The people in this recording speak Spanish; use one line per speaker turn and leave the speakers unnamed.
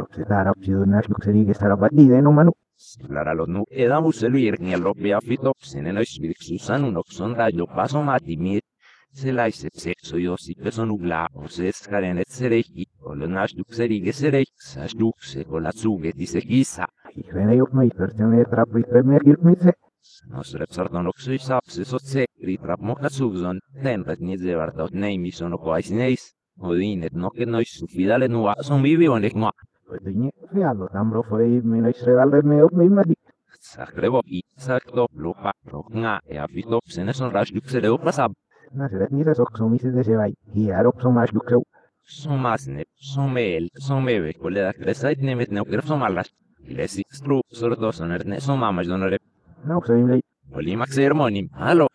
Procedarabsidunashku serig estarabadide no manu.
Laralonu edamuselu irnialopiafito xenenoisvirxusan unoxon rayo paso matimir. Selaise sexo yo si peso nubla o se escarenet sereji o lenashduk serige serej sashduk se kolatsuge disegiza.
Ireneo no hipertione trapo hipermergirmise.
Nos repsardonoxo isapsisotse ritrapmokatsugzon tenretni zevartot neimisonokvaisneis. Odinet no que nois sufidale nua son vivionek noa.
Odinet realo tambro foi menois revalde meo mimadi.
Sakrebo i sakto lupa rokna e afito pseneson rashduk sereo pasab.
Nasret ni sasoksomises de sevai. Hiarop somashduk seu.
Somasne, someel, someve, koleda kresait nemet neukref somalas. Lesi stru sordoson erne somamas donore.
No, soy
Olimax hermonim, alo,